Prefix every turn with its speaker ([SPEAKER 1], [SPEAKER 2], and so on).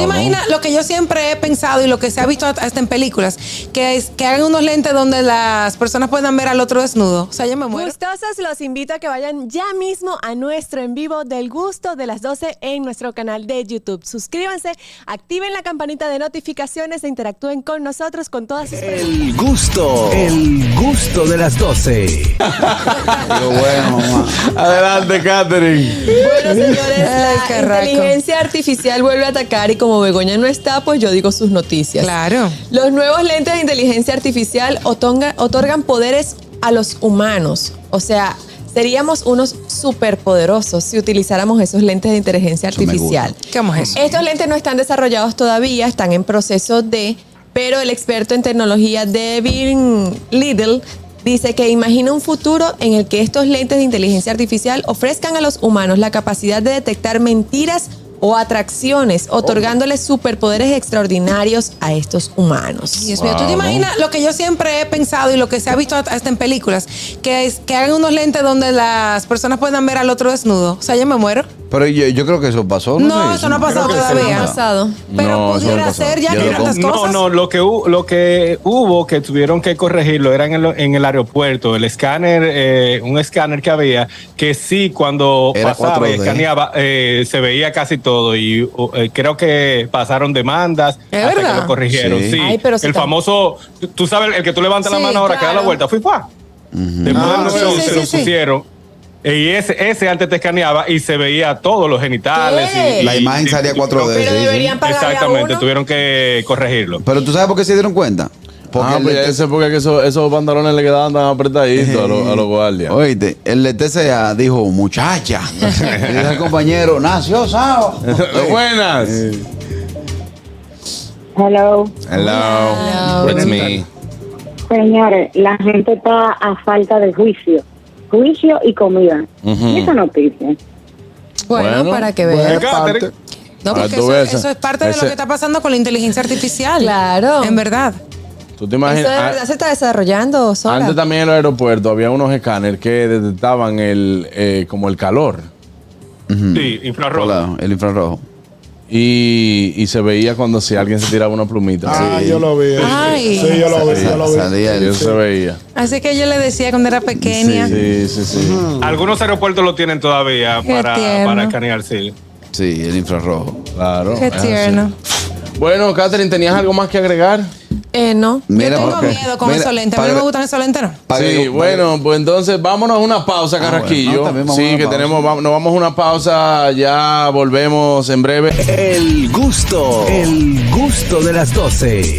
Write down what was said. [SPEAKER 1] imagina lo que yo siempre he pensado y lo que se ha visto hasta en películas, que es que hagan unos lentes donde las personas puedan ver al otro desnudo. O sea, yo me muero.
[SPEAKER 2] Gustosos, los invito a que vayan ya mismo a nuestro en vivo del gusto de las 12 en nuestro canal de YouTube. Suscríbanse, activen la campanita de notificaciones e interactúen con nosotros con todas sus preguntas.
[SPEAKER 3] El gusto, el gusto de las 12.
[SPEAKER 4] Digo, bueno, mamá.
[SPEAKER 5] Adelante, Catherine.
[SPEAKER 6] Bueno, señores,
[SPEAKER 1] Ay,
[SPEAKER 6] la
[SPEAKER 1] qué raco.
[SPEAKER 6] inteligencia artificial vuelve a atacar y como Begoña no está, pues yo digo sus noticias.
[SPEAKER 1] Claro.
[SPEAKER 6] Los nuevos lentes de inteligencia artificial otonga- otorgan poderes a los humanos. O sea, seríamos unos superpoderosos si utilizáramos esos lentes de inteligencia
[SPEAKER 4] Eso me gusta.
[SPEAKER 6] artificial.
[SPEAKER 1] ¿Cómo es eso?
[SPEAKER 6] Estos lentes no están desarrollados todavía, están en proceso de, pero el experto en tecnología Devin Little dice que imagina un futuro en el que estos lentes de inteligencia artificial ofrezcan a los humanos la capacidad de detectar mentiras o atracciones,
[SPEAKER 5] Oh.
[SPEAKER 6] otorgándoles superpoderes extraordinarios a estos humanos.
[SPEAKER 1] Eh, Dios mío, ¿tú te imaginas lo que yo siempre he pensado y lo que se ha visto hasta en películas, que es que hagan unos lentes donde las personas puedan ver al otro desnudo? O sea, yo me muero.
[SPEAKER 4] Pero yo, yo creo que eso pasó.
[SPEAKER 1] No, eso no ha pasado
[SPEAKER 4] Creo que eso
[SPEAKER 1] todavía.
[SPEAKER 4] no ha pasado.
[SPEAKER 6] Pasado.
[SPEAKER 1] Pero
[SPEAKER 4] No, eso no
[SPEAKER 1] pudiera
[SPEAKER 4] pasó.
[SPEAKER 1] ser ya
[SPEAKER 4] Yo
[SPEAKER 1] que
[SPEAKER 4] lo
[SPEAKER 1] tantas
[SPEAKER 4] compro.
[SPEAKER 1] cosas.
[SPEAKER 7] No, no, lo que, hu- lo que hubo que tuvieron que corregirlo era en el, en el aeropuerto, el escáner, eh, un escáner que había, que sí, cuando
[SPEAKER 4] Era
[SPEAKER 7] pasaba y
[SPEAKER 4] 4D.
[SPEAKER 7] escaneaba, eh, se veía casi todo y oh, eh, creo que pasaron demandas
[SPEAKER 1] ¿Es
[SPEAKER 7] hasta
[SPEAKER 1] verdad?
[SPEAKER 7] que lo corrigieron.
[SPEAKER 4] Sí.
[SPEAKER 7] Sí.
[SPEAKER 6] Ay, pero si
[SPEAKER 7] el
[SPEAKER 6] tam-
[SPEAKER 7] famoso, tú sabes, el que tú levantas
[SPEAKER 1] Sí,
[SPEAKER 7] la mano ahora, que da
[SPEAKER 1] claro.
[SPEAKER 7] la vuelta, fui, pa. Después
[SPEAKER 1] Ah,
[SPEAKER 7] del
[SPEAKER 1] sí,
[SPEAKER 7] 9-11
[SPEAKER 1] sí,
[SPEAKER 7] lo
[SPEAKER 1] sí, sí.
[SPEAKER 7] pusieron. E, Y ese, ese antes te escaneaba y se veía todos los genitales.
[SPEAKER 6] ¿Qué?
[SPEAKER 7] y-
[SPEAKER 4] La
[SPEAKER 7] y-
[SPEAKER 4] imagen
[SPEAKER 7] y-
[SPEAKER 4] salía 4D. sí,
[SPEAKER 6] Pero
[SPEAKER 4] sí.
[SPEAKER 6] deberían pagarle a
[SPEAKER 7] Exactamente,
[SPEAKER 6] uno.
[SPEAKER 7] tuvieron que corregirlo.
[SPEAKER 4] Pero tú sabes por qué se dieron cuenta. Porque
[SPEAKER 5] ah,
[SPEAKER 4] el
[SPEAKER 5] pues ya
[SPEAKER 4] de-
[SPEAKER 5] yo sé por qué que esos, esos pantalones le quedaban tan apretaditos a, los- a los guardias.
[SPEAKER 4] Oíste, el de TCA dijo, muchacha. Y dijo al compañero, nació sábado.
[SPEAKER 5] Buenas.
[SPEAKER 8] Hello.
[SPEAKER 4] Hello.
[SPEAKER 5] It's me.
[SPEAKER 8] Señores, la gente está a falta de juicio. Juicio y comida. Y esa noticia.
[SPEAKER 6] Bueno,
[SPEAKER 5] Bueno,
[SPEAKER 6] para que
[SPEAKER 5] bueno.
[SPEAKER 6] vean.
[SPEAKER 7] Eh, Catherine,
[SPEAKER 5] parte.
[SPEAKER 1] No,
[SPEAKER 5] Ah,
[SPEAKER 1] porque
[SPEAKER 5] tú
[SPEAKER 1] eso,
[SPEAKER 5] ves,
[SPEAKER 1] eso es parte de lo
[SPEAKER 5] ese-
[SPEAKER 1] que está pasando con la inteligencia artificial.
[SPEAKER 6] Claro.
[SPEAKER 1] En verdad.
[SPEAKER 5] ¿Tú te
[SPEAKER 6] Eso de
[SPEAKER 5] imaginas? ah,
[SPEAKER 6] verdad se está desarrollando, Sora.
[SPEAKER 5] Antes también en los aeropuertos había unos escáneres que detectaban el eh, como el calor
[SPEAKER 7] Sí, infrarrojo.
[SPEAKER 4] Hola, el infrarrojo.
[SPEAKER 5] y, y se veía cuando si alguien se tiraba una plumita.
[SPEAKER 9] Ah, yo lo vi.
[SPEAKER 1] Ay.
[SPEAKER 9] Sí, yo lo vi, yo lo vi.
[SPEAKER 4] Salía el-
[SPEAKER 5] Eso se veía.
[SPEAKER 1] Así que yo le decía cuando era pequeña.
[SPEAKER 5] Sí, sí, sí.
[SPEAKER 7] Algunos aeropuertos lo tienen todavía
[SPEAKER 1] Qué
[SPEAKER 7] para,
[SPEAKER 1] tierno.
[SPEAKER 7] para escanear, sí.
[SPEAKER 4] Sí, el infrarrojo.
[SPEAKER 5] Claro.
[SPEAKER 1] Qué
[SPEAKER 5] es
[SPEAKER 4] Ah,
[SPEAKER 5] así.
[SPEAKER 1] tierno.
[SPEAKER 5] Bueno, Catherine, ¿tenías algo más que agregar?
[SPEAKER 6] Eh, no.
[SPEAKER 4] Mira,
[SPEAKER 1] yo tengo
[SPEAKER 4] porque-
[SPEAKER 1] miedo con
[SPEAKER 4] mira,
[SPEAKER 1] esos lentes. A mí no
[SPEAKER 4] para-
[SPEAKER 1] me gustan esos lentes, no.
[SPEAKER 4] para-
[SPEAKER 5] sí,
[SPEAKER 4] para-
[SPEAKER 5] bueno, pues entonces vámonos a una pausa,
[SPEAKER 4] Ah, bueno,
[SPEAKER 5] Carrasquillo.
[SPEAKER 4] no, también vamos a
[SPEAKER 5] sí,
[SPEAKER 4] una
[SPEAKER 5] que
[SPEAKER 4] pausa.
[SPEAKER 5] tenemos, va- nos vamos a una pausa, ya volvemos en breve.
[SPEAKER 3] El gusto, el gusto de las 12.